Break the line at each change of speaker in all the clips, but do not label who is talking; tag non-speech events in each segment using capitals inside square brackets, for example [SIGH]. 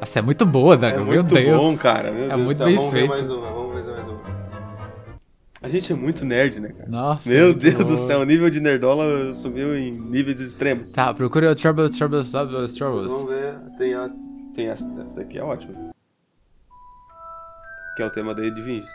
Essa é muito boa, Dago.
é
Meu
muito
Deus.
bom, cara. Meu
É
Deus do
muito
céu.
bem
Vamos
feito.
ver mais uma, vamos ver mais uma. A gente é muito nerd, né, cara?
Nossa.
Meu
muito
Deus
boa.
do céu, o nível de nerdola subiu em níveis extremos.
Tá, procura o Troubles, Troubles, Troubles,
Vamos
Troubles.
ver, tem a. Tem essa. Essa aqui é ótima. Que é o tema da Edvinges.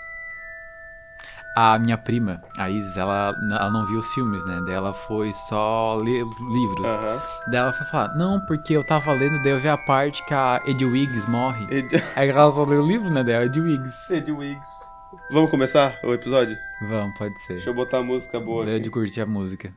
A minha prima, a Isa, ela, ela não viu os filmes, né? Daí ela foi só ler os livros.
Aham.
Daí ela foi falar, não, porque eu tava lendo, daí eu vi a parte que a Edwigs morre.
Ed... [LAUGHS]
Aí ela só leu o livro, né? Daí é a Edwigs.
Edwigs. Vamos começar o episódio?
Vamos, pode ser.
Deixa eu botar a música boa.
Deu
Aqui.
de curtir a música.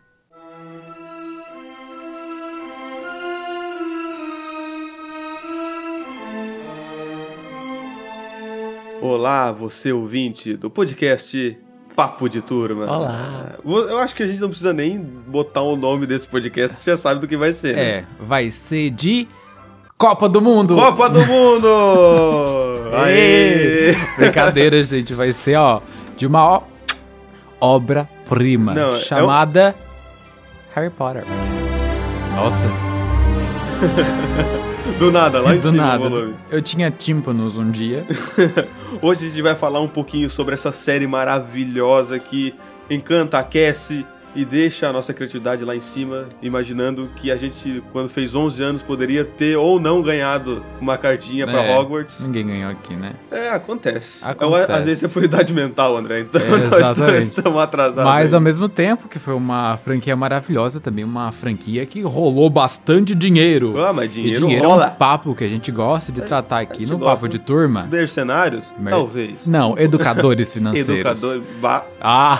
Olá, você ouvinte do podcast Papo de Turma. É,
Olá.
Vo- Eu acho que a gente não precisa nem botar o nome desse podcast, você já sabe do que vai ser. né?
É, vai ser de Copa do Mundo!
Copa
[LAUGHS]
do Mundo! Aê!
Brincadeira, gente, vai ser, ó, de uma ó- obra-prima
Não, é
chamada Harry Potter. Nossa,
Do nada, lá em
do
cima
nada.
o volume.
Eu tinha tímpanos um dia.
Hoje a gente vai falar um pouquinho sobre essa série maravilhosa que encanta, aquece e deixa a nossa criatividade lá em cima, imaginando que a gente, quando fez 11 anos, poderia ter ou não ganhado uma cartinha pra
É.
Hogwarts.
Ninguém ganhou aqui,
[LAUGHS]
né?
É, acontece.
Acontece.
É, às vezes é por idade mental, André, então
[LAUGHS] É,
nós
exatamente.
estamos atrasados.
Mas
aí.
ao mesmo tempo que foi uma franquia maravilhosa, também uma franquia que rolou bastante dinheiro.
Ah, mas
E
dinheiro,
dinheiro é um
rola.
papo que a gente gosta de tratar aqui
gente
no
gosta.
Papo de Turma.
Mercenários?
Mer-
Talvez.
Não,
[LAUGHS]
educadores financeiros.
Educador. Bah,
Ah,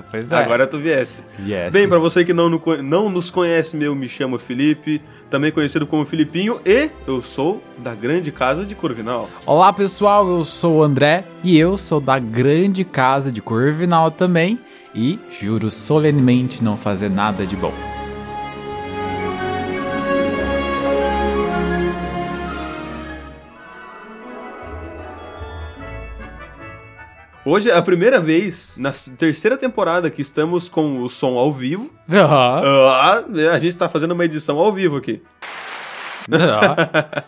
[LAUGHS] pois é.
agora tu viesse.
Yes.
Bem, pra você que não, no- não nos conhece, eu me chamo Felipe, também conhecido como Filipinho, e eu sou da grande casa de Corvinal.
Olá pessoal, eu sou o André e eu sou da grande casa de Corvinal também e juro solenemente não fazer nada de bom.
Hoje é a primeira vez, na s- terceira temporada, que estamos com o som ao vivo.
Ah,
Ah, a gente tá fazendo uma edição ao vivo aqui.
ah.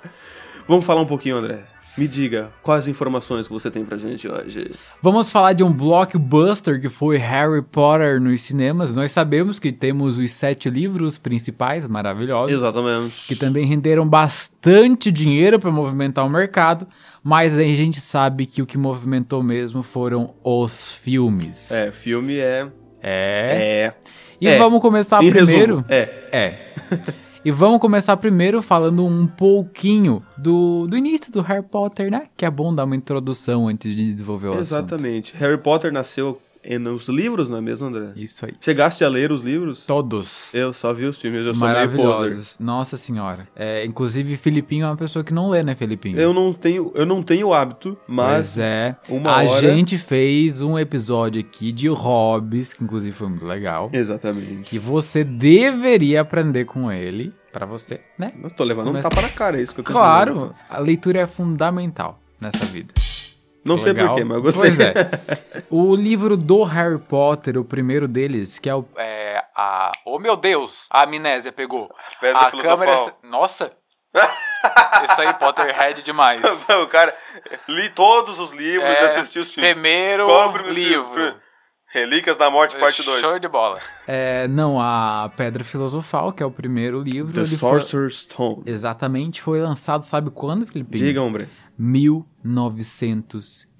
Vamos falar um pouquinho, André. Me diga, quais informações que você tem pra gente hoje?
[LAUGHS] Vamos falar de um blockbuster que foi Harry Potter nos cinemas. Nós sabemos que temos os sete livros principais maravilhosos.
Exatamente.
que também renderam bastante dinheiro para movimentar o mercado, mas aí a gente sabe que o que movimentou mesmo foram os filmes.
É, filme é...
É.
É.
E
é.
vamos começar
Em
primeiro.
resumo, é.
É. e vamos começar primeiro falando um pouquinho do, do início do Harry Potter, né? Que é bom dar uma introdução antes de desenvolver o assunto.
Exatamente. Harry Potter nasceu em- nos livros, não é mesmo, André?
Isso aí.
Chegaste a ler os livros?
Todos.
Eu só vi os filmes, eu sou meio poser.
Maravilhosos. Nossa senhora. É, inclusive, Filipinho é uma pessoa que não lê, né, Filipinho?
Eu não tenho, eu não tenho o hábito, mas
Pois é.
uma
a
hora.
gente fez um episódio aqui de hobbies, que inclusive foi muito legal, que
Exatamente.
você deveria aprender com ele, pra você, né?
Eu tô levando
Mas-
um tapa na cara, é isso que eu tô dizendo.
Claro, a leitura é fundamental nessa vida.
Não sei
Legal.
porquê, mas eu gostei.
Pois é.
[LAUGHS]
O livro do Harry Potter, o primeiro deles, que é o. É, a... Oh meu Deus! A amnésia pegou.
É
a
[LAUGHS]
câmera. é Nossa! Isso aí, Potterhead
[LAUGHS]
demais.
o cara li todos os livros
É,
e assisti os filmes.
Primeiro
Compre-me o
livro.
filme. Relíquias da
É
Morte, parte 2.
Show de
[LAUGHS]
bola. É, não, a Pedra Filosofal, que é o primeiro livro.
The
ele foi-
Sorcerer's Stone.
Exatamente, foi lançado, sabe quando, Felipe?
Diga, hombre.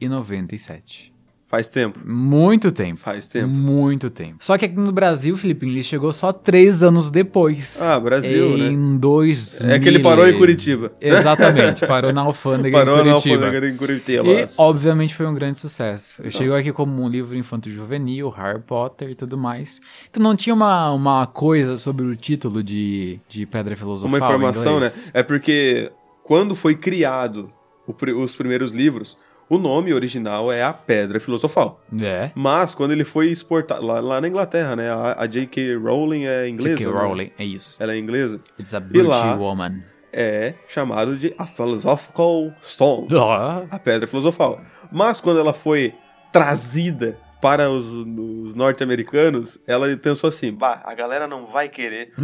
1997.
Faz tempo.
Muito tempo.
Faz tempo.
Muito tempo. Só que aqui no Brasil, Filipinho, ele chegou só três anos depois.
Ah, Brasil, né?
Hum. em dois.
É que ele parou em Curitiba.
Exatamente, parou na alfândega
Parou
em
na
Curitiba.
alfândega Ah. em Curitiba.
E, obviamente, foi um grande sucesso. Eu Chegou aqui como um livro infanto-juvenil, Harry Potter e tudo mais. Tu não tinha uma, uma coisa sobre o título de, de Pedra Filosofal
uma informação,
em
né?
inglês?
É porque quando foi criado o pri- os primeiros livros, o nome original é a Pedra Filosofal.
É.
Mas quando ele foi exportado lá, lá na Inglaterra, né? A, a J.K. Rowling é inglesa.
J.K.
né?
Rowling, é isso.
Ela é inglesa.
It's a beauty
lá-
woman.
É chamado de a Philosophical Stone,
Ah,
a Pedra Filosofal. Mas quando ela foi trazida para os, os norte-americanos, ela pensou assim: bah, a galera não vai querer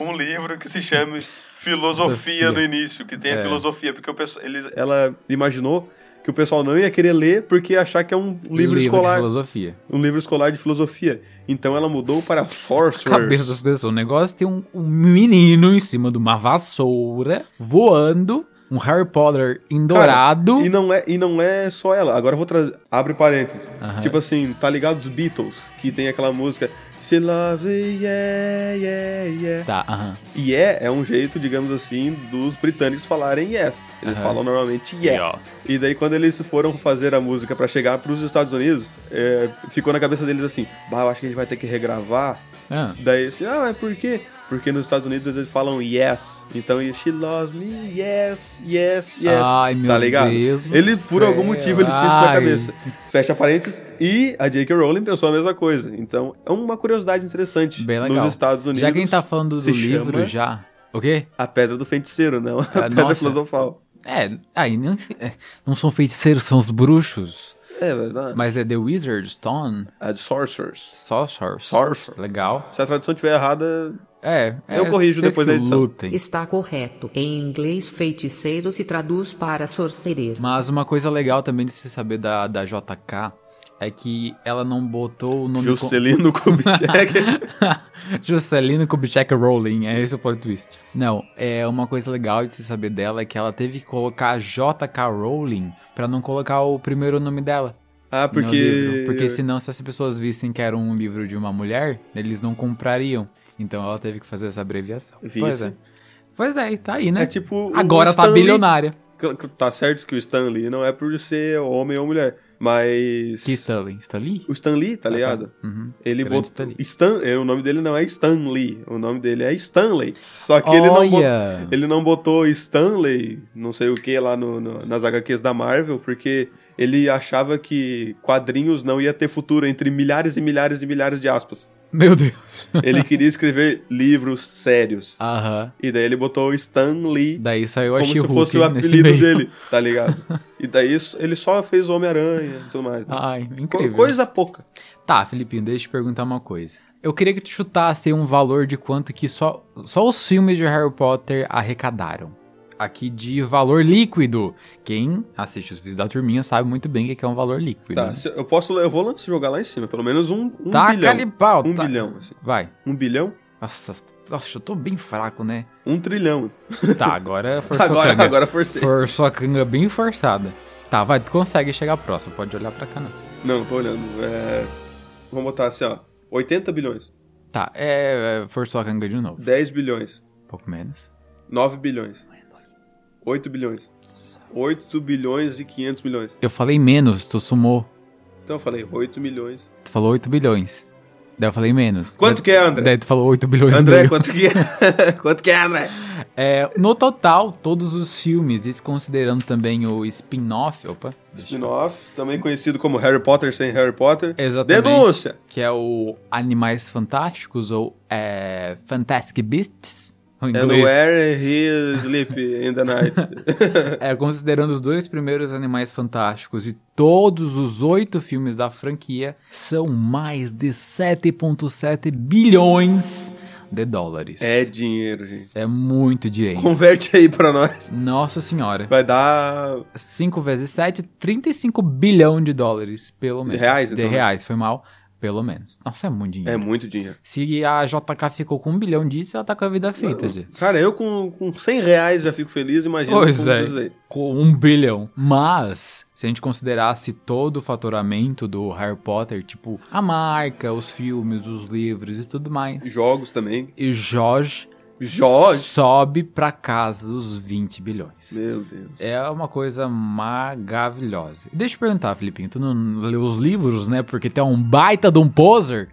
um livro que se chame Filosofia no início, que tenha
É.
filosofia, porque o pessoal, eles- ela imaginou que o pessoal não ia querer ler porque ia achar que é um livro,
de
escolar,
filosofia.
um livro escolar de filosofia. Então ela mudou
[LAUGHS]
para
A cabeça
Sorcerers.
das pessoas. O negócio tem um, um menino em cima de uma vassoura voando, um Harry Potter em dourado.
E não, é, e não é só ela. Agora eu vou trazer. Abre parênteses.
Aham.
Tipo assim, tá ligado os Beatles, que tem aquela música. Se love, yeah, yeah, yeah.
Tá, aham.
E yeah é um jeito, digamos assim, dos britânicos falarem yes. Eles
Aham.
falam normalmente yeah. E é. daí quando eles foram fazer a música pra chegar pros Estados Unidos, é, ficou na cabeça deles assim, bah, eu acho que a gente vai ter que regravar.
Ah,
Daí assim, ah, mas por quê? Porque nos Estados Unidos eles falam yes. Então, e she loves me, yes, yes, yes.
Ai, meu
tá ligado?
Deus do
ele, por algum
céu.
motivo, ele tinha isso na
Ai.
cabeça. Fecha parênteses. E a J.K. Rowling pensou a mesma coisa. Então, é uma curiosidade interessante
Bem legal.
nos Estados Unidos.
já quem tá falando do
se
livro
chama-
já. O quê?
A pedra do feiticeiro, não. [LAUGHS] A pedra
nossa.
filosofal.
É, aí não, é, não são feiticeiros, são os bruxos.
É verdade.
Mas é The Wizard Stone
A de Sorcerers.
Sorcerers.
Sorcerer.
Legal.
Se a tradução estiver errada,
É, é,
Eu corrijo
vocês
depois
que
da edição.
Lutem.
Está correto. Em inglês, feiticeiro se traduz para sorcerer.
Mas uma coisa legal também de se saber da, da JK é que ela não botou o nome... com-
Juscelino
[LAUGHS]
Kubitschek.
Juscelino Kubitschek Rowling, é esse o plot twist. Não, é uma coisa legal de se saber dela é que ela teve que colocar JK Rowling pra não colocar o primeiro nome dela.
ah,
no
porque.
livro. Porque senão, se as pessoas vissem que era um livro de uma mulher, eles não comprariam. Então ela teve que fazer essa abreviação.
Vi
Pois
isso.
é. Pois é, e tá aí, né?
É tipo. o
Agora tá
Stan Lee.
bilionária.
Cl- cl- Tá certo que o Stanley não é por ser homem ou mulher, mas.
Que Stanley? Stanley?
O Stanley, tá ligado?
Uhum.
Ele
Grande
botou.
Stan Lee.
Stan... é, O nome dele não é Stanley, o nome dele é Stanley. Só que ele não botou.
Olha!
Ele não botou Stanley, não sei o que, lá no, no- nas HQs da Marvel, porque ele achava que quadrinhos não ia ter futuro entre milhares e milhares e milhares de aspas.
Meu Deus. [LAUGHS]
Ele queria escrever livros sérios.
Ah. Aham.
E daí ele botou Stanley
Daí saiu a
como se
She-Hulk
fosse o
nesse
apelido
meio. [LAUGHS]
dele, tá ligado? E daí isso- ele só fez Homem-Aranha e tudo mais. né?
Ai,
Co-
Ah, incrível.
Coisa pouca.
Tá, Felipinho, deixa eu te perguntar uma coisa. Eu queria que tu chutasse um valor de quanto que só, só os filmes de Harry Potter arrecadaram. Aqui de valor líquido. Quem assiste os vídeos da turminha sabe muito bem o que que é um valor líquido.
Tá,
né?
se- eu posso, eu vou lan- jogar lá em cima, pelo menos um, um
Taca
bilhão.
ali pau,
um
tá-
bilhão, assim.
Vai.
Um bilhão?
Nossa, nossa, eu tô bem fraco, né?
Um trilhão.
Tá,
[LAUGHS]
agora forçou a
Agora,
canga.
agora forcei.
Forçou a canga bem forçada. Tá, vai, tu consegue chegar próximo, pode olhar pra cá não.
Não, tô olhando. É... Vamos botar assim, ó. 80 bilhões,
Tá, é, é, forçou a canga de novo.
10 bilhões,
Um pouco menos.
9 bilhões, 8 bilhões, 8 bilhões e 500 milhões.
Eu falei menos, tu sumou.
Então eu falei 8 milhões.
Tu falou 8 bilhões. Daí eu falei menos.
Quanto que é,
Daí,
André?
daí tu falou 8 bilhões e
André,
meio.
quanto que é? [LAUGHS] quanto que é, André?
É, no total, todos os filmes, isso considerando também o spin-off, opa. deixa eu-
Spin-off, também conhecido como Harry Potter sem Harry Potter.
Exatamente.
Denúncia!
Que é o Animais Fantásticos ou é, Fantastic Beasts. em
And
inglês.
where he sleep in the night.
[LAUGHS] É, considerando os dois primeiros Animais Fantásticos e todos os oito filmes da franquia, são mais de 7,7 bilhões de dólares.
é dinheiro, gente.
É muito dinheiro.
Converte aí pra nós.
Nossa senhora.
Vai dar
5 vezes 7, 35 bilhão de dólares, pelo menos.
reais,
De
então, né?
reais, foi mal. Pelo menos. Nossa, é muito
É
dinheiro.
muito dinheiro.
Se a JK ficou com um bilhão disso, ela tá com a vida feita, gente.
Cara, eu com, com 100 reais já fico feliz, imagina
Pois
com
é,
tudo isso aí.
com um bilhão. Mas, se a gente considerasse todo o faturamento do Harry Potter, tipo, a marca, os filmes, os livros e tudo mais,
Jogos também.
e Jorge,
Jorge.
sobe pra casa dos 20 bilhões.
Meu Deus.
É uma coisa maravilhosa. Deixa eu perguntar, Felipinho, tu não leu os livros, né? Porque tu é um baita de um poser,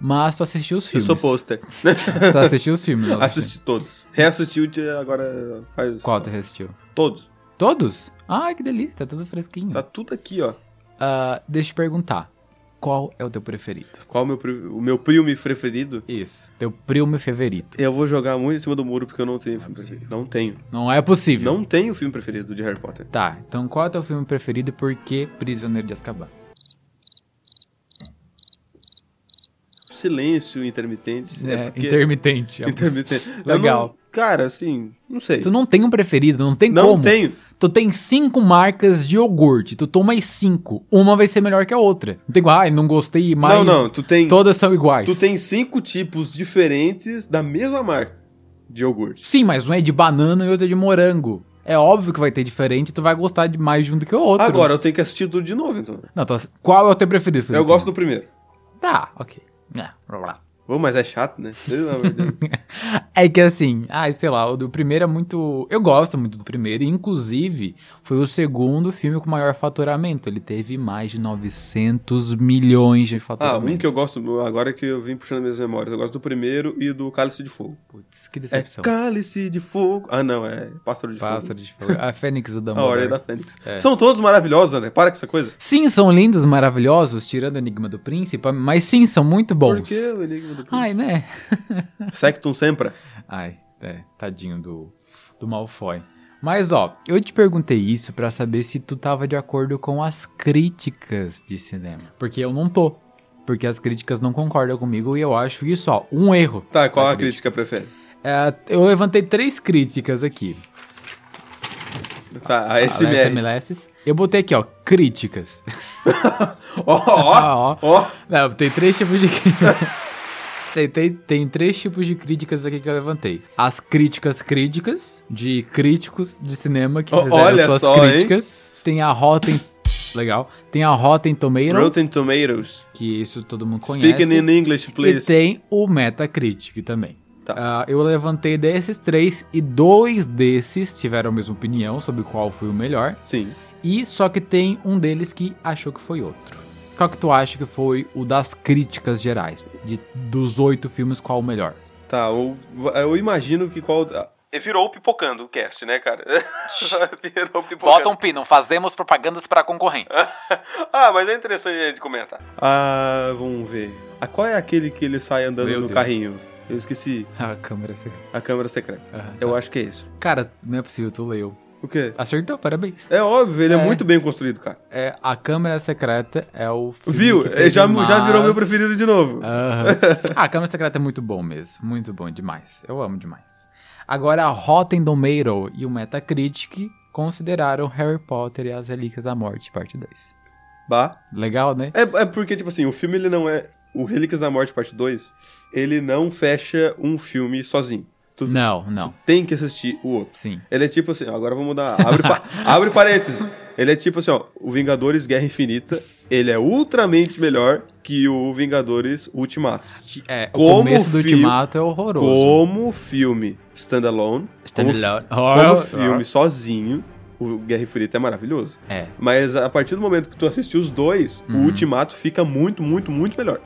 mas tu assistiu os
Eu
filmes.
sou pôster.
Tu assistiu os filmes. não
[LAUGHS] Assisti todos. Reassisti o de- agora faz.
Qual tu assistiu?
Todos.
Todos? Ai, que delícia, tá tudo fresquinho.
Tá tudo aqui, ó.
Ah, deixa eu perguntar, qual é o teu preferido?
Qual o meu, pri- o meu primo preferido?
Isso, teu primo favorito.
Eu vou jogar muito em cima do muro porque eu não tenho filme preferido. Não tenho.
Não é possível.
Não tenho filme preferido de Harry Potter.
Tá, então qual é o teu filme preferido e por que Prisioneiro de Azkaban?
silêncio intermitente.
É, intermitente. É
[LAUGHS] intermitente. Eu
Legal.
não- cara, assim, não sei.
Tu não tem um preferido, não tem
não
como.
tenho.
Tu tem cinco marcas de iogurte, tu toma as cinco. Uma vai ser melhor que a outra. Não tem igual, ai, não gostei mais.
Não, não, tu tem,
Todas são iguais.
tu tem cinco tipos diferentes da mesma marca de iogurte.
Sim, mas um é de banana e outro é de morango. É óbvio que vai ter diferente, tu vai gostar de mais de um do que o outro.
Agora, eu tenho que assistir tudo de novo, então.
Não, tu- qual é o teu preferido? Felipe?
Eu gosto do primeiro.
Tá, ok. É, vamos lá.
Pô, mas é chato, né? Pelo amor
[LAUGHS]
de Deus.
É que assim, ai, sei lá, o do primeiro é muito. Eu gosto muito do primeiro. e, Inclusive, foi o segundo filme com maior faturamento. Ele teve mais de 900 milhões de
Ah, um
faturamento.
que eu gosto, agora que eu vim puxando minhas memórias, eu gosto do primeiro e do Cálice de Fogo.
Putz, que
É
decepção.
Cálice de Fogo. Ah, não, é Pássaro de
Pássaro
Fogo.
de fogo. A Fênix do
[LAUGHS] A
Dumbledore.
Ordem da Fênix.
É.
São todos maravilhosos, André. Para com essa coisa.
Sim, são lindos, maravilhosos, tirando o Enigma do Príncipe, mas sim, são muito bons.
Por que o Enigma do
Ai,
Príncipe?
né?
Sectum Sempra.
Ai, é, tadinho do, do Malfoy. Mas ó, eu te perguntei isso pra saber se tu tava de acordo com as críticas de cinema. Porque eu não tô. Porque as críticas não concordam comigo e eu acho isso, ó, um erro.
Tá, qual
Da
a crítica prefere?
É, eu levantei três críticas aqui. Ah,
Tá,
é
a
Alerta
SMR.
Mileses. Eu botei aqui, ó, críticas. Ah,
Ó,
[LAUGHS]
ó,
ó.
ó.
Não, tem três tipos de [LAUGHS] tem, tem, tem três tipos de críticas aqui que eu levantei. As críticas críticas, de críticos de cinema que
O-
fizeram
olha
suas
só, hein?
críticas. Tem a Rotten... Legal. Tem a Rotten Tomato,
Rotten Tomatoes.
que isso todo mundo conhece.
Speaking in English,
e
please.
tem o Metacritic também.
Tá.
Ah, eu levantei desses três e dois desses tiveram a mesma opinião sobre qual foi o melhor.
Sim.
E só que tem um deles que achou que foi outro. Qual que tu acha que foi o das críticas gerais? De, dos oito filmes, qual o melhor?
Tá, eu, eu imagino que qual. ah, Virou o pipocando o cast, né, cara? [LAUGHS] Virou o pipocando.
um pi, não fazemos propagandas para [LAUGHS] concorrentes.
Ah, mas é interessante a gente comentar. Ah, vamos ver. Ah, qual é aquele que ele sai andando
Meu
no
Deus.
carrinho? Eu esqueci.
Ah, A câmera é secreta.
A câmera secreta.
Ah,
Eu
tá.
acho que é isso.
Cara, não é possível, tu leu.
O quê?
Acertou, parabéns.
É óbvio, ele é,
É.
muito bem construído, cara.
É, a câmera secreta é o. filme
Viu?
que
É,
teve
já, já virou meu
mais-
preferido de novo.
Aham. [LAUGHS] Ah, a câmera secreta é muito bom mesmo. Muito bom demais. Eu amo demais. Agora, a Rotten Tomato e o Metacritic consideraram Harry Potter e as Relíquias da Morte, parte 2.
Bah.
Legal, né?
É, é porque, tipo assim, o filme ele não é. O Relíquias da Morte, parte 2, ele não fecha um filme sozinho. Tu
Não, não.
tem que assistir o outro.
Sim.
Ele é tipo assim, ó, agora vou mudar.
[LAUGHS]
Abre, pa- abre parênteses. Ele é tipo assim, ó, o Vingadores Guerra Infinita, ele é ultramente melhor que o Vingadores Ultimato.
É, o
Como
começo do
filme-
ultimato é horroroso.
Como filme standalone, como, fi-
Standalone.
como filme sozinho, o Guerra Infinita é maravilhoso.
É.
Mas a partir do momento que tu assistiu os dois,
Uhum.
o Ultimato fica muito, muito, muito melhor.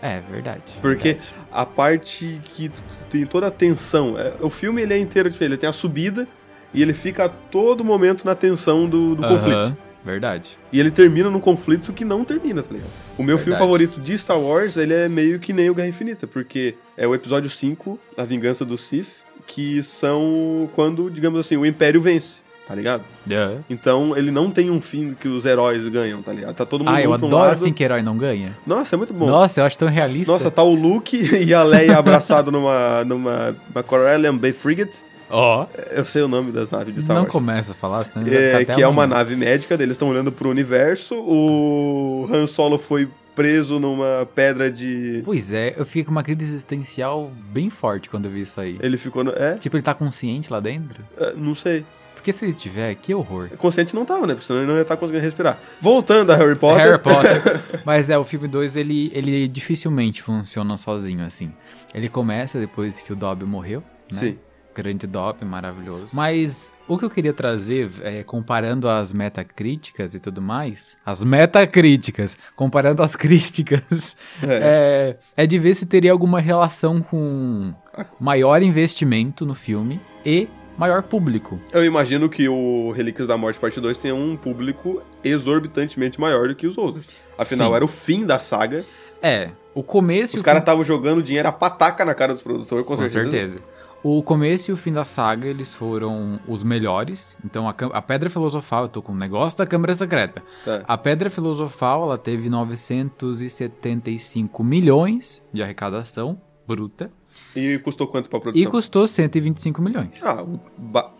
É, verdade.
Porque
verdade.
a parte que tu- tu tem toda a tensão. é, o filme ele é inteiro diferente. Ele tem a subida e ele fica a todo momento na tensão do, do
Aham,
um conflito.
Verdade.
E ele termina num conflito que não termina, tá ligado? O meu filme
Verdade.
favorito de Star Wars, ele é meio que nem o Guerra Infinita, porque é o episódio 5, A Vingança do Sith, que são quando, digamos assim, o Império vence, tá ligado?
Yeah.
Então ele não tem um fim que os heróis ganham, tá ligado? Tá todo mundo
Ah, eu
um pra um
adoro
lado.
fim que herói não ganha.
Nossa, é muito bom.
Nossa, eu acho tão realista.
Nossa, tá o Luke [LAUGHS] e a Leia abraçado numa, numa uma Corellian Bay Frigate.
Ó,
Eu sei o nome das naves de Star
não
Wars.
começa a falar, senão ele vai ficar
É,
até
que é uma
amanhã.
nave médica, eles estão olhando pro universo. O Han Solo foi preso numa pedra de.
Pois é, eu fiquei com uma crise existencial bem forte quando eu vi isso aí.
Ele ficou. No... É?
Tipo, ele tá consciente lá dentro?
É, Não sei.
Porque se ele tiver, que horror.
Consciente não tava, né? Porque senão ele não ia estar conseguindo respirar. Voltando a Harry Potter.
Harry [LAUGHS] Potter. Mas é, o filme 2, ele, ele dificilmente funciona sozinho, assim. Ele começa depois que o Dobby morreu, né?
[LAUGHS] Sim.
Grande Dobby, maravilhoso. Mas o que eu queria trazer, é, comparando as metacríticas e tudo mais, as metacríticas, comparando as [LAUGHS] críticas,
É.
é, é de ver se teria alguma relação com maior investimento no filme e maior público.
Eu imagino que o Relíquias da Morte Parte 2 tenha um público exorbitantemente maior do que os outros. Afinal,
Sim.
era o fim da saga.
É, o começo... e
Os
o
caras estavam jogando dinheiro a pataca na cara dos produtores, com,
Com
certeza.
certeza. O começo e o fim da saga, eles foram os melhores. Então, a, cam- a Pedra Filosofal, eu tô com o negócio da Câmara Secreta.
Tá.
A Pedra Filosofal, ela teve 975 milhões de arrecadação bruta
E custou quanto pra
e
produção?
custou 125 milhões. Então,
Ah, um ba-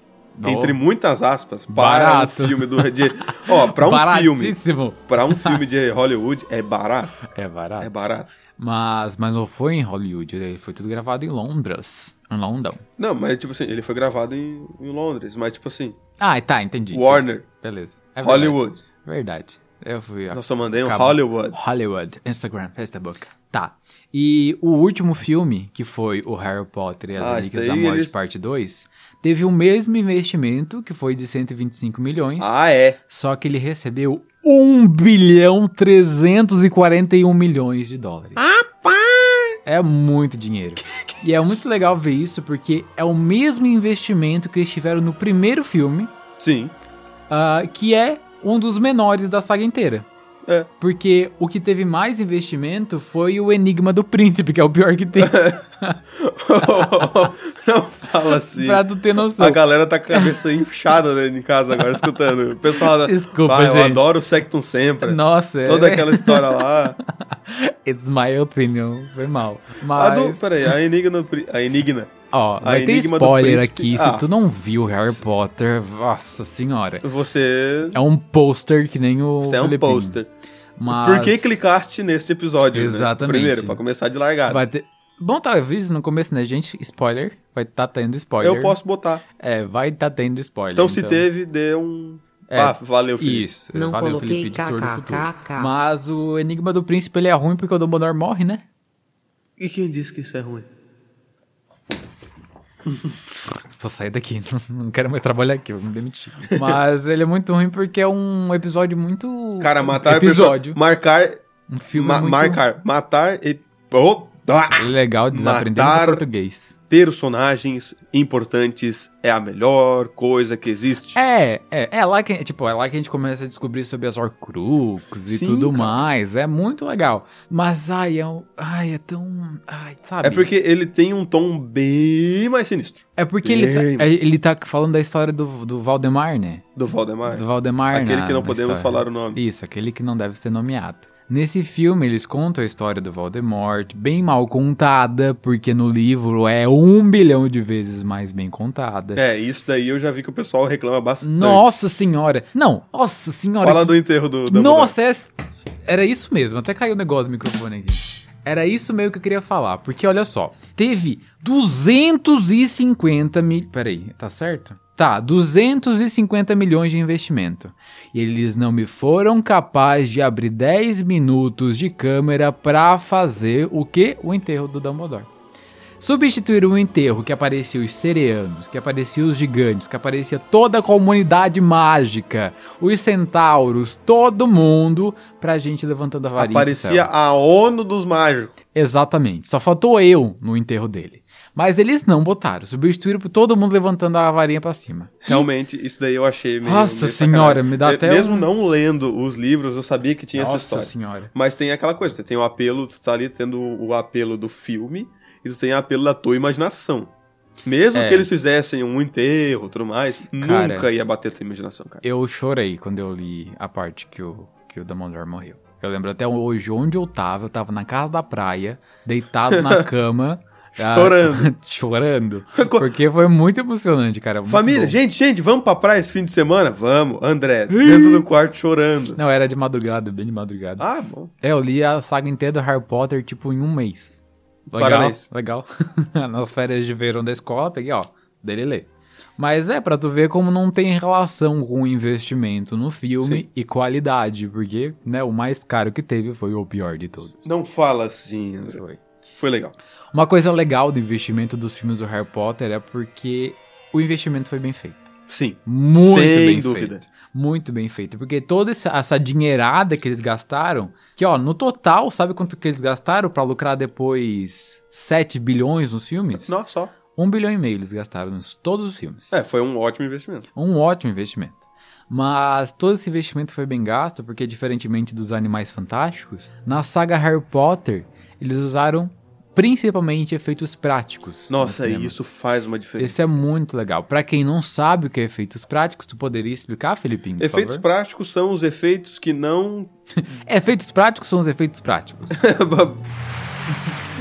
Ó,
entre muitas aspas, para
Barato.
um filme do de, Ó, pra um filme,
baratíssimo.
para um filme de Hollywood é barato,
É barato.
é barato.
Mas, mas não foi em Hollywood, ele foi tudo gravado em Londres. Em London.
Não, mas tipo assim, ele foi gravado em, em Londres, mas tipo assim,
Ah, tá, entendi.
Warner,
Beleza. É verdade.
Hollywood.
Verdade. Eu fui. ó.
Nossa, eu mandei um
Acabou.
Hollywood.
Hollywood, Instagram, Facebook. Tá. E o último filme, que foi o Harry Potter e as
Ah,
Relíquias
esse
da
daí
Morte,
eles-
parte 2, teve o mesmo investimento, que foi de 125 milhões,
Ah, é.
só que ele recebeu 1 bilhão 341 milhões de dólares. É muito dinheiro. e é muito legal ver isso, porque é o mesmo investimento que eles tiveram no primeiro filme,
Sim.
ah, que é um dos menores da saga inteira.
É.
Porque o que teve mais investimento foi o Enigma do Príncipe, que é o pior que tem,
[LAUGHS] Não fala assim.
pra tu ter noção.
A galera tá com a cabeça inchada né, em casa agora escutando. O pessoal da...
Desculpa,
Vai, eu
gente.
adoro o Sectum sempre.
Nossa,
Toda
é...
aquela história lá.
[LAUGHS] It's my opinion, foi mal.
A
Mas,
do, peraí, a Enigma. Pri- A Enigna.
ó, vai ter
Enigma do
spoiler
Príncipe-
aqui, se
Ah.
tu não viu Harry Potter, nossa senhora.
Você.
É um pôster que nem o
Você é um
Filipinho.
poster.
Mas...
Por que clicaste nesse episódio? né?
Exatamente.
Primeiro, pra começar de largada.
Vai ter... Bom, talvez no começo, né, gente? Spoiler. Vai estar tá tendo spoiler.
Eu posso botar.
É, vai estar tá tendo spoiler.
Então, se teve, dê um.
É.
Ah, valeu, filho.
Isso.
Não
valeu,
coloquei
Felipe, editor do futuro.
kkkk.
Mas o Enigma do Príncipe, ele é ruim porque o Dumbledore morre, né?
E quem disse que isso é ruim?
Vou sair daqui, [LAUGHS] não, não quero mais trabalhar aqui, vou me
[LAUGHS]
demitir. Mas ele é muito ruim porque é um episódio muito...
Cara, matar
Episódio.
pessoa- Marcar.
Um filme
ma-
muito...
Marcar. Matar. E... Oh, ah!
Legal, desaprendendo
Matar-
português.
Personagens importantes é a melhor coisa que existe.
É, é, é lá que, tipo, é lá que a gente começa a descobrir sobre as Horcruxes e
Sim,
tudo
cara.
mais. É muito legal. Mas ai, é, um- ai, é tão, ai, sabe?
É porque ele tem um tom bem mais sinistro.
é porque ele tá,
Bem-
é, ele tá falando da história do, do Valdemar, né?
Do Valdemar.
Do Valdemar,
Aquele
na-
que não
é na
podemos
história.
falar o nome.
Isso, aquele que não deve ser nomeado. Nesse filme, eles contam a história do Voldemort, bem mal contada, porque no livro é um bilhão de vezes mais bem contada.
É, isso daí eu já vi que o pessoal reclama bastante.
Nossa senhora! Não, nossa senhora!
Fala
que
do enterro do Dumbledore.
Nossa, essa- era isso mesmo. Até caiu o negócio do microfone aqui. Era isso meio que eu queria falar. Porque olha só, teve 250 mil. Peraí, tá certo? Tá, 250 milhões de investimento. E eles não me foram capazes de abrir 10 minutos de câmera pra fazer o que? O enterro do Dumbledore. Substituir o enterro que aparecia os sereanos, que aparecia os gigantes, que aparecia toda a comunidade mágica, os centauros, todo mundo, pra gente levantando a varinha. do
Aparecia
céu.
a ONU dos mágicos.
Exatamente. Só faltou eu no enterro dele. Mas eles não botaram. Substituíram por todo mundo levantando a varinha pra cima.
Realmente, isso daí eu achei meio.
Nossa
meio
senhora,
sacanagem.
me dá
É,
até
Mesmo
um-
não lendo os livros, eu sabia que tinha essa
Nossa
história.
senhora.
Mas tem aquela coisa, você tem o apelo, tu tá ali tendo o apelo do filme e tu tem o apelo da tua imaginação. Mesmo
É.
que eles fizessem um enterro e tudo mais,
Cara.
nunca ia bater a tua imaginação, cara.
Eu chorei quando eu li a parte que o, que o Dumbledore morreu. Eu lembro até hoje onde eu tava. Eu tava na casa da praia, deitado
[LAUGHS]
na cama. ah,
Chorando.
[LAUGHS] chorando. Porque foi muito emocionante, cara. muito
[LAUGHS] Família,
bom.
gente, gente, vamos pra praia esse fim de semana? Vamos, André, dentro do quarto chorando.
Não, era de madrugada, bem de madrugada.
Ah, bom.
É, eu li a saga inteira do Harry Potter, tipo, em um mês. Legal,
Parabéns.
legal. [LAUGHS] Nas férias de verão da escola, peguei, ó, dele ler. Mas é, pra tu ver como não tem relação com o investimento no filme e qualidade, porque, né, o mais caro que teve foi o pior de todos.
Não fala assim, André.
Foi.
Foi legal.
Uma coisa legal do investimento dos filmes do Harry Potter é porque o investimento foi bem feito.
Sim.
Muito
Sem
bem
dúvida.
feito. Muito bem feito. Porque toda essa, essa dinheirada que eles gastaram, que ó, no total, sabe quanto que eles gastaram pra lucrar depois 7 bilhões nos filmes?
Não, só.
1 bilhão e meio eles gastaram nos todos os filmes.
É, foi um ótimo investimento.
Um ótimo investimento. Mas todo esse investimento foi bem gasto, porque diferentemente dos Animais Fantásticos, na saga Harry Potter, eles usaram principalmente efeitos práticos. no
Nossa,
cinema.
isso faz uma diferença.
Isso é muito legal. Pra quem não sabe o que é efeitos práticos, tu poderia explicar, Felipinho, por
Efeitos
favor?
práticos são os efeitos que não.
Efeitos práticos são os efeitos [LAUGHS] práticos.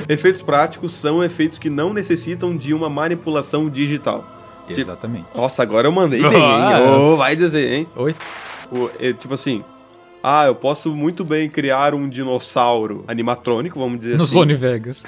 efeitos práticos são efeitos que não necessitam de uma manipulação digital. Tipo-
Exatamente.
Nossa, agora eu mandei bem,
Ah.
hein? Ô, vai dizer, hein?
Oi?
O- é, tipo assim. Ah, eu posso muito bem criar um dinossauro animatrônico, vamos dizer
No
assim.
Sony Vegas.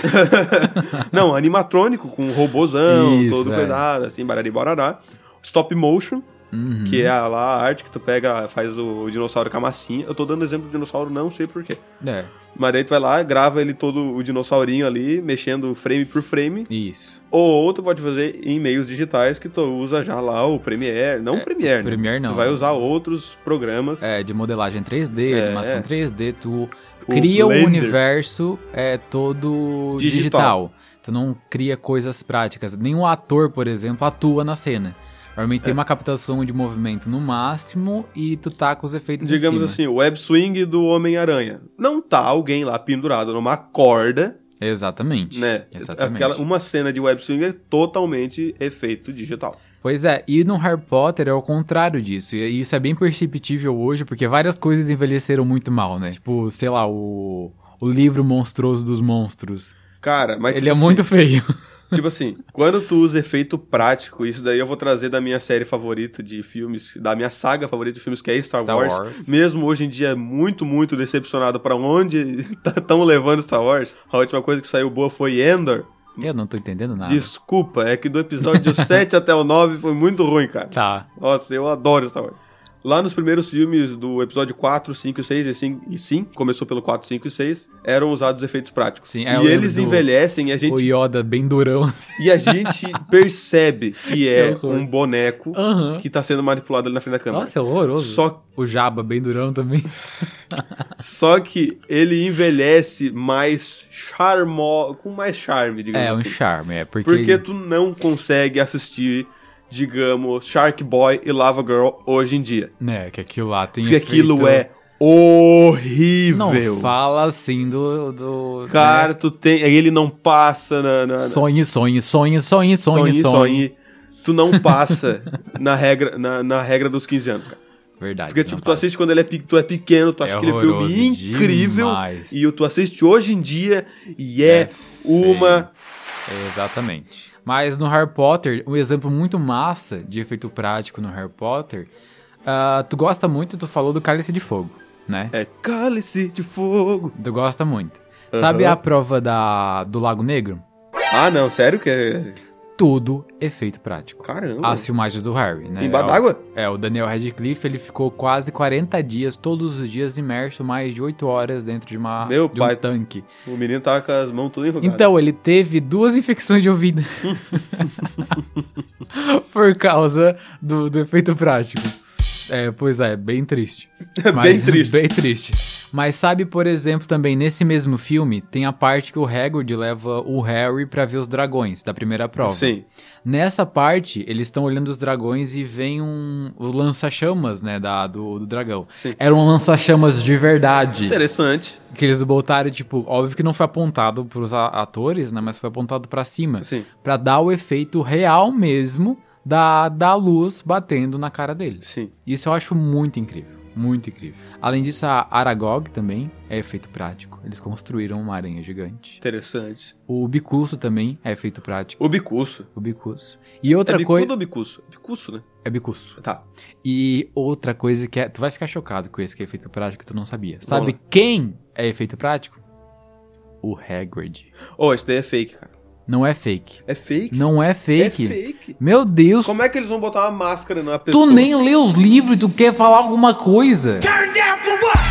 Não, animatrônico, com um robozão,
Isso,
todo
é.
cuidado, assim, barari barará. Stop motion,
Uhum.
que é a, lá a arte que tu pega, faz o, o dinossauro com a massinha. Eu tô dando exemplo de dinossauro, não sei porquê.
É,
Mas daí tu vai lá, grava ele todo, o dinossaurinho ali, mexendo frame por frame.
isso.
Ou tu pode fazer em meios digitais, que tu usa já lá o Premiere. Não o Premiere, né?
É, Premiere não.
Tu vai usar outros programas.
É, de modelagem 3D,
É,
animação
é.
3D, tu
O
cria um
Blender.
universo é, todo digital.
Digital.
Tu não cria coisas práticas. Nenhum ator, por exemplo, atua na cena. Normalmente
É.
tem uma captação de movimento no máximo e tu tá com os efeitos em
Digamos
cima.
assim, o web swing do Homem-Aranha. Não tá alguém lá pendurado numa corda,
Exatamente.
né?
Exatamente.
Aquela, uma cena de web swing é totalmente efeito digital.
Pois é, e no Harry Potter é o contrário disso. E isso é bem perceptível hoje, porque várias coisas envelheceram muito mal, né? Tipo, sei lá, o, o livro monstruoso dos monstros.
Cara, mas
Ele
tipo
é
assim,
muito feio. [LAUGHS]
Tipo assim, quando tu usa efeito prático, isso daí eu vou trazer da minha série favorita de filmes, da minha saga favorita de filmes, que é Star,
Star
Wars.
Wars.
Mesmo hoje em dia, muito, muito decepcionado pra onde [LAUGHS] estão levando Star Wars. A última coisa que saiu boa foi Endor.
Eu não tô entendendo nada.
Desculpa, é que do episódio [LAUGHS] 7 até o 9 foi muito ruim, cara.
Tá.
Nossa, eu adoro Star Wars. Lá nos primeiros filmes do episódio 4, 5 e 6, e sim, e sim, começou pelo 4, 5 e 6, eram usados efeitos práticos.
Sim, é, eu
e eles
lembro do-
envelhecem e a gente
O Yoda bem durão.
[LAUGHS]
assim.
e
[LAUGHS]
a gente percebe que é
horror.
um boneco
Aham.
que tá sendo manipulado ali na frente da câmera.
Nossa, é horroroso.
Só,
O Jabba bem durão
[LAUGHS]
também.
só que ele envelhece mais charmo, com mais charme, digamos
É, um
assim.
charme, é. Porque,
Porque tu não consegue assistir, digamos, Shark Boy e Lava Girl hoje em dia.
né, que aquilo lá tem
Porque
efeito-
aquilo é horrível.
Não, fala assim do... do
Cara, tu tem. Ele não passa na.
né?
na- na-
Sonhe, sonhe, sonhe, sonhe, sonhe,
sonhe,
sonhe.
sonhe. Tu não passa [LAUGHS] na regra, na, na regra dos 15 anos, cara.
Verdade.
Porque,
não
tipo, tu
faz.
assiste quando ele é, pe- tu é pequeno, tu acha
É
aquele
horroroso
filme incrível.
demais.
E o- tu assiste hoje em dia e é,
É
uma.
Exatamente. Mas no Harry Potter, um exemplo muito massa de efeito prático no Harry Potter, ah, tu gosta muito, tu falou do Cálice de Fogo, né?
É cálice de fogo.
Tu gosta muito.
Aham.
Sabe a prova da, do Lago Negro?
Ah, não, sério que é.
Tudo efeito prático.
Caramba.
As filmagens do Harry, Ah, né?
em Badágua?
É, o Daniel Radcliffe, ele ficou quase 40 dias, todos os dias, imerso mais de 8 horas dentro de, uma,
Meu
de
pai.
um tanque.
O menino tá com as mãos todas enrugadas.
Então, ele teve duas infecções de ouvido. [LAUGHS] Por causa do, do efeito prático. É, pois é, bem triste.
[LAUGHS]
[LAUGHS]
Bem triste.
Bem triste. Mas sabe, por exemplo, também nesse mesmo filme, tem a parte que o Hagrid leva o Harry pra ver os dragões da primeira prova.
Sim.
Nessa parte, eles estão olhando os dragões e vem um o lança-chamas, né, da, do, do dragão.
Sim.
Era um lança-chamas de verdade.
Interessante.
Que eles botaram, tipo, óbvio que não foi apontado pros a- atores, né? Mas foi apontado pra cima.
Sim.
Pra dar o efeito real mesmo da, da luz batendo na cara deles.
Sim.
Isso eu acho muito incrível. Muito incrível. Além disso, a Aragog também é efeito prático. Eles construíram uma aranha gigante.
Interessante.
O Bicuço também é efeito prático.
O bicuço.
O Bicuço. E outra
é bicudo
coisa.
ou bicuço? Bicuço, né?
É Bicuço.
Tá.
E outra coisa que é. Tu vai ficar chocado com esse que é efeito prático, tu não sabia. Sabe
lá.
quem é efeito prático? O Hagrid.
Oh, esse daí é fake, cara.
Não é fake.
É fake?
Não é
É
fake.
fake.
Meu Deus,
Como é que eles vão botar uma máscara na pessoa?
tu nem lê os livros e tu quer falar alguma coisa.
Turn down for what?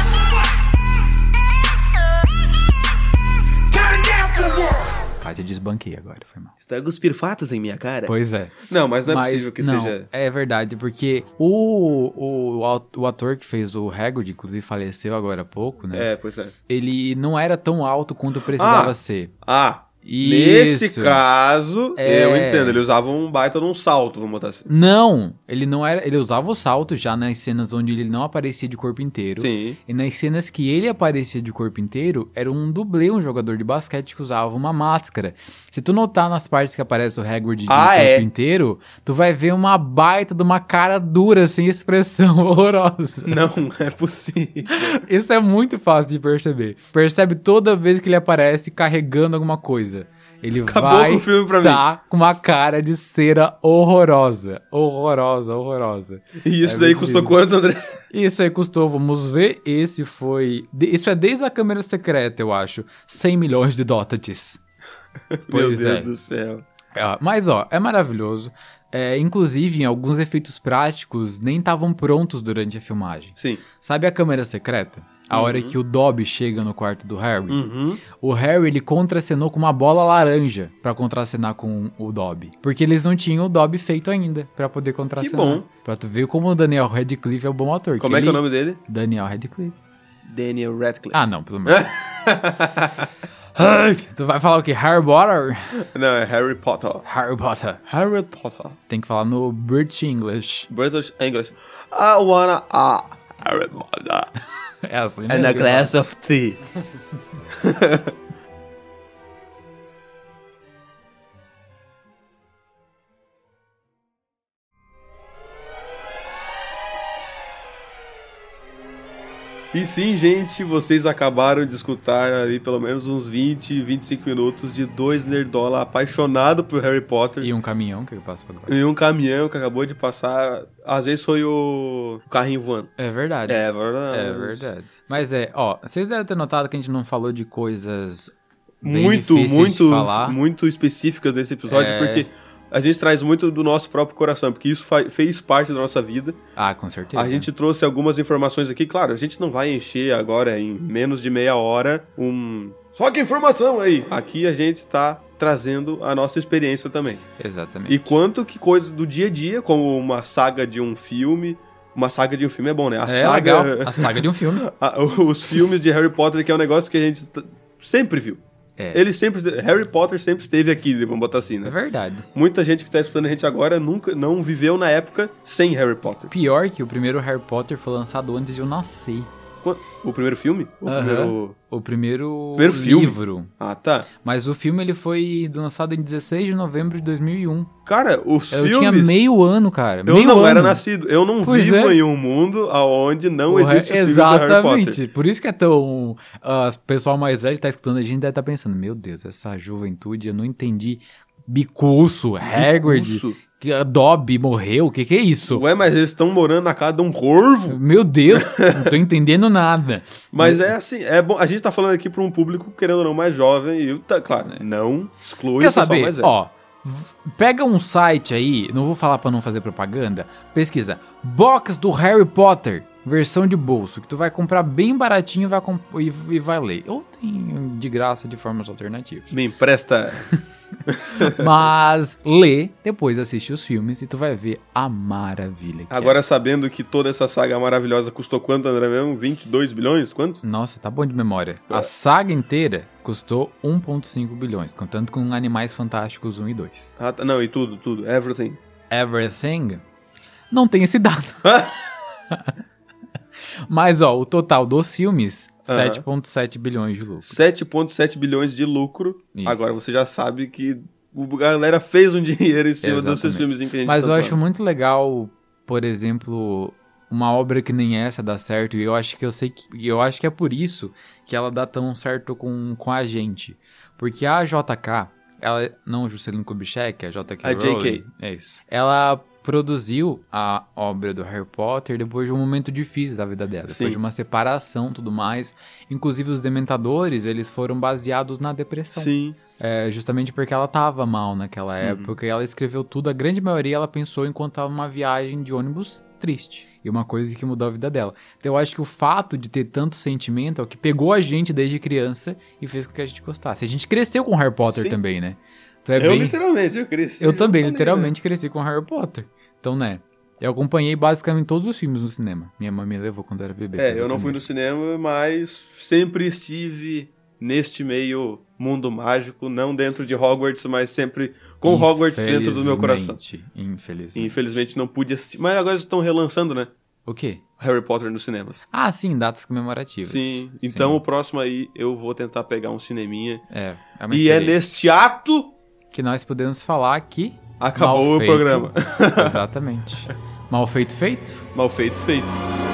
Turn down for what?
Ah, te desbanquei agora, foi mal.
Está cuspir fatos em minha cara?
Pois é.
Não, mas não é possível que
não,
seja.
É verdade, porque o, o, aut- o ator que fez o Hagrid, inclusive faleceu agora há pouco, né?
É, pois é.
Ele não era tão alto quanto precisava
Ah.
ser.
Ah, Nesse
Isso.
caso,
É.
eu entendo. Ele usava um baita num salto, vamos botar assim.
Não, ele não era. Ele usava o salto já nas cenas onde ele não aparecia de corpo inteiro.
Sim.
E nas cenas que ele aparecia de corpo inteiro, era um dublê, um jogador de basquete que usava uma máscara. Se tu notar nas partes que aparece o Hagrid de
Ah,
corpo
é.
inteiro, tu vai ver uma baita de uma cara dura, sem expressão, [LAUGHS] horrorosa.
Não [LAUGHS] é possível.
Isso é muito fácil de perceber. Percebe toda vez que ele aparece carregando alguma coisa. Ele
Acabou
vai
com o filme pra mim.
tá com uma cara de cera horrorosa. Horrorosa, horrorosa.
E isso
É
daí
muito
custou
lindo.
quanto, André? [LAUGHS]
Isso aí custou, vamos ver. Esse foi. de- Isso é desde a câmera secreta, eu acho. 100 milhões de dólares.
Meu
Pois
Deus
é.
do céu.
Ah, Mas ó, é maravilhoso. É, inclusive, alguns efeitos práticos nem estavam prontos durante a filmagem.
Sim.
Sabe a câmera secreta? A
Uhum.
hora que o Dobby chega no quarto do Harry.
Uhum.
O Harry ele contracenou com uma bola laranja pra contracenar com o Dobby, porque eles não tinham o Dobby feito ainda pra poder contracenar.
bom.
Pra tu ver como o Daniel Radcliffe é um bom ator.
Como é que é o nome dele?
Daniel Radcliffe.
Daniel Radcliffe.
Ah, não, pelo
[LAUGHS]
menos. tu vai falar o quê? Harry Potter?
Não, é Harry Potter.
Harry Potter.
Harry Potter.
Tem que falar no British English. [LAUGHS]
British English. I wanna ah, Harry Potter.
É assim
And
mesmo.
a glass of tea. E sim, gente, vocês acabaram de escutar ali pelo menos uns 20, 25 minutos de dois nerdola apaixonado por Harry Potter.
E um caminhão que ele passa pra agora.
E um caminhão que acabou de passar. Às vezes foi o carrinho voando.
É verdade.
É verdade.
É verdade. Mas é, ó, vocês devem ter notado que a gente não falou de coisas bem
Muito,
difíceis
muito,
de falar.
muito específicas nesse episódio,
É.
porque a gente traz muito do nosso próprio coração, porque isso fa- fez parte da nossa vida.
Ah, com certeza.
A gente trouxe algumas informações aqui, claro, a gente não vai encher agora em menos de meia hora um. Só que informação aí! Aqui a gente tá trazendo a nossa experiência também.
Exatamente.
E quanto que coisas do dia a dia, como uma saga de um filme. Uma saga de um filme é bom, né? A
é
saga.
legal. A saga de um filme.
a- Ah, [LAUGHS] os filmes de Harry Potter, que é um negócio que a gente t- sempre viu.
É.
Ele sempre. Harry Potter sempre esteve aqui, vamos botar assim,
É
né?
verdade.
Muita gente que tá escutando a gente agora nunca não viveu na época sem Harry Potter.
Pior que o primeiro Harry Potter foi lançado antes de eu nascer.
Qu- O primeiro filme? O
Aham.
primeiro.
O primeiro,
Primeiro filme.
livro.
Ah, tá.
Mas o filme ele foi lançado em 16 de novembro de 2001.
Cara, os
Eu
filmes.
tinha meio ano, cara.
Eu
meio
não
ano.
era nascido. Eu não
Pois
vivo
é.
em um mundo onde não
Porra,
existe os filmes do Harry Potter.
Exatamente. Por isso que é tão. ah, O pessoal mais velho que tá escutando a gente deve estar pensando: Meu Deus, essa juventude, eu não entendi. Bicurso, Hagrid,
Isso.
que- ah, Dobby morreu, o que que é isso?
Ué, mas eles estão morando na casa de um corvo?
Meu Deus, não tô entendendo
[LAUGHS]
nada.
Mas
Né?
é assim, é bom. A gente tá falando aqui pra um público, querendo ou não, mais jovem. E, tá, claro, não exclui
Né? Quer
o pessoal
saber?
mais velho.
Ó, v- pega um site aí, não vou falar pra não fazer propaganda. Pesquisa box do Harry Potter, versão de bolso, que tu vai comprar bem baratinho e vai comp- e, e vai ler. Ou tem de graça de formas alternativas.
Me empresta.
[LAUGHS] Mas lê, depois assiste os filmes e tu vai ver a maravilha. que é.
Agora sabendo que toda essa saga maravilhosa custou quanto, André mesmo? 22 bilhões? Quanto?
Nossa, tá bom de memória.
É.
A saga inteira custou 1,5 bilhões, contando com Animais Fantásticos 1 e 2.
Ah, tá- não, e tudo, tudo. Everything.
Everything, não tem esse
[LAUGHS]
dado. Mas, ó, o total dos filmes,
Aham.
7,7 bilhões de lucro.
7,7 bilhões de lucro.
Isso.
Agora você já sabe que o- a galera fez um [LAUGHS] dinheiro em cima
Exatamente.
desses filmezinhos que a gente tá
Mas eu
tanto
acho
ama.
muito legal, por exemplo, uma obra que nem essa dá certo. E eu acho que eu sei que. e Eu acho que é por isso que ela dá tão certo com, com a gente. Porque a JK, ela. Não, Juscelino Kubitschek, a JK.
A JK.
Rowling, É isso. Ela produziu a obra do Harry Potter depois de um momento difícil da vida dela.
Sim.
Depois de uma separação e tudo mais. Inclusive, os Dementadores, eles foram baseados na depressão.
Sim.
É, justamente porque ela tava mal naquela
Uhum.
época e ela escreveu tudo, a grande maioria ela pensou enquanto tava numa viagem de ônibus triste. E uma coisa que mudou a vida dela. Então eu acho que o fato de ter tanto sentimento é o que pegou a gente desde criança e fez com que a gente gostasse. A gente cresceu com Harry Potter
Sim.
também, né? Então é
eu
bem...
literalmente, eu cresci. né?
eu também,
falei,
literalmente, cresci com Harry Potter. Então, né? Eu acompanhei basicamente todos os filmes no cinema. Minha mãe me levou quando eu era bebê.
né?
pra
É,
ver
eu não fui
primeiro.
no cinema, mas sempre estive neste meio mundo mágico, não dentro de Hogwarts, mas sempre com Hogwarts dentro do meu coração.
Infelizmente, Infelizmente.
Infelizmente não pude assistir, mas agora estão relançando, né?
O quê?
Harry Potter nos cinemas.
Ah, sim, datas comemorativas.
Sim, então o próximo aí eu vou tentar pegar um cineminha.
É, é uma
E é
experiência.
neste ato
que nós podemos falar que
acabou
mal
o
feito- [LAUGHS]
programa.
Exatamente. Mal feito feito?
Mal feito, feito.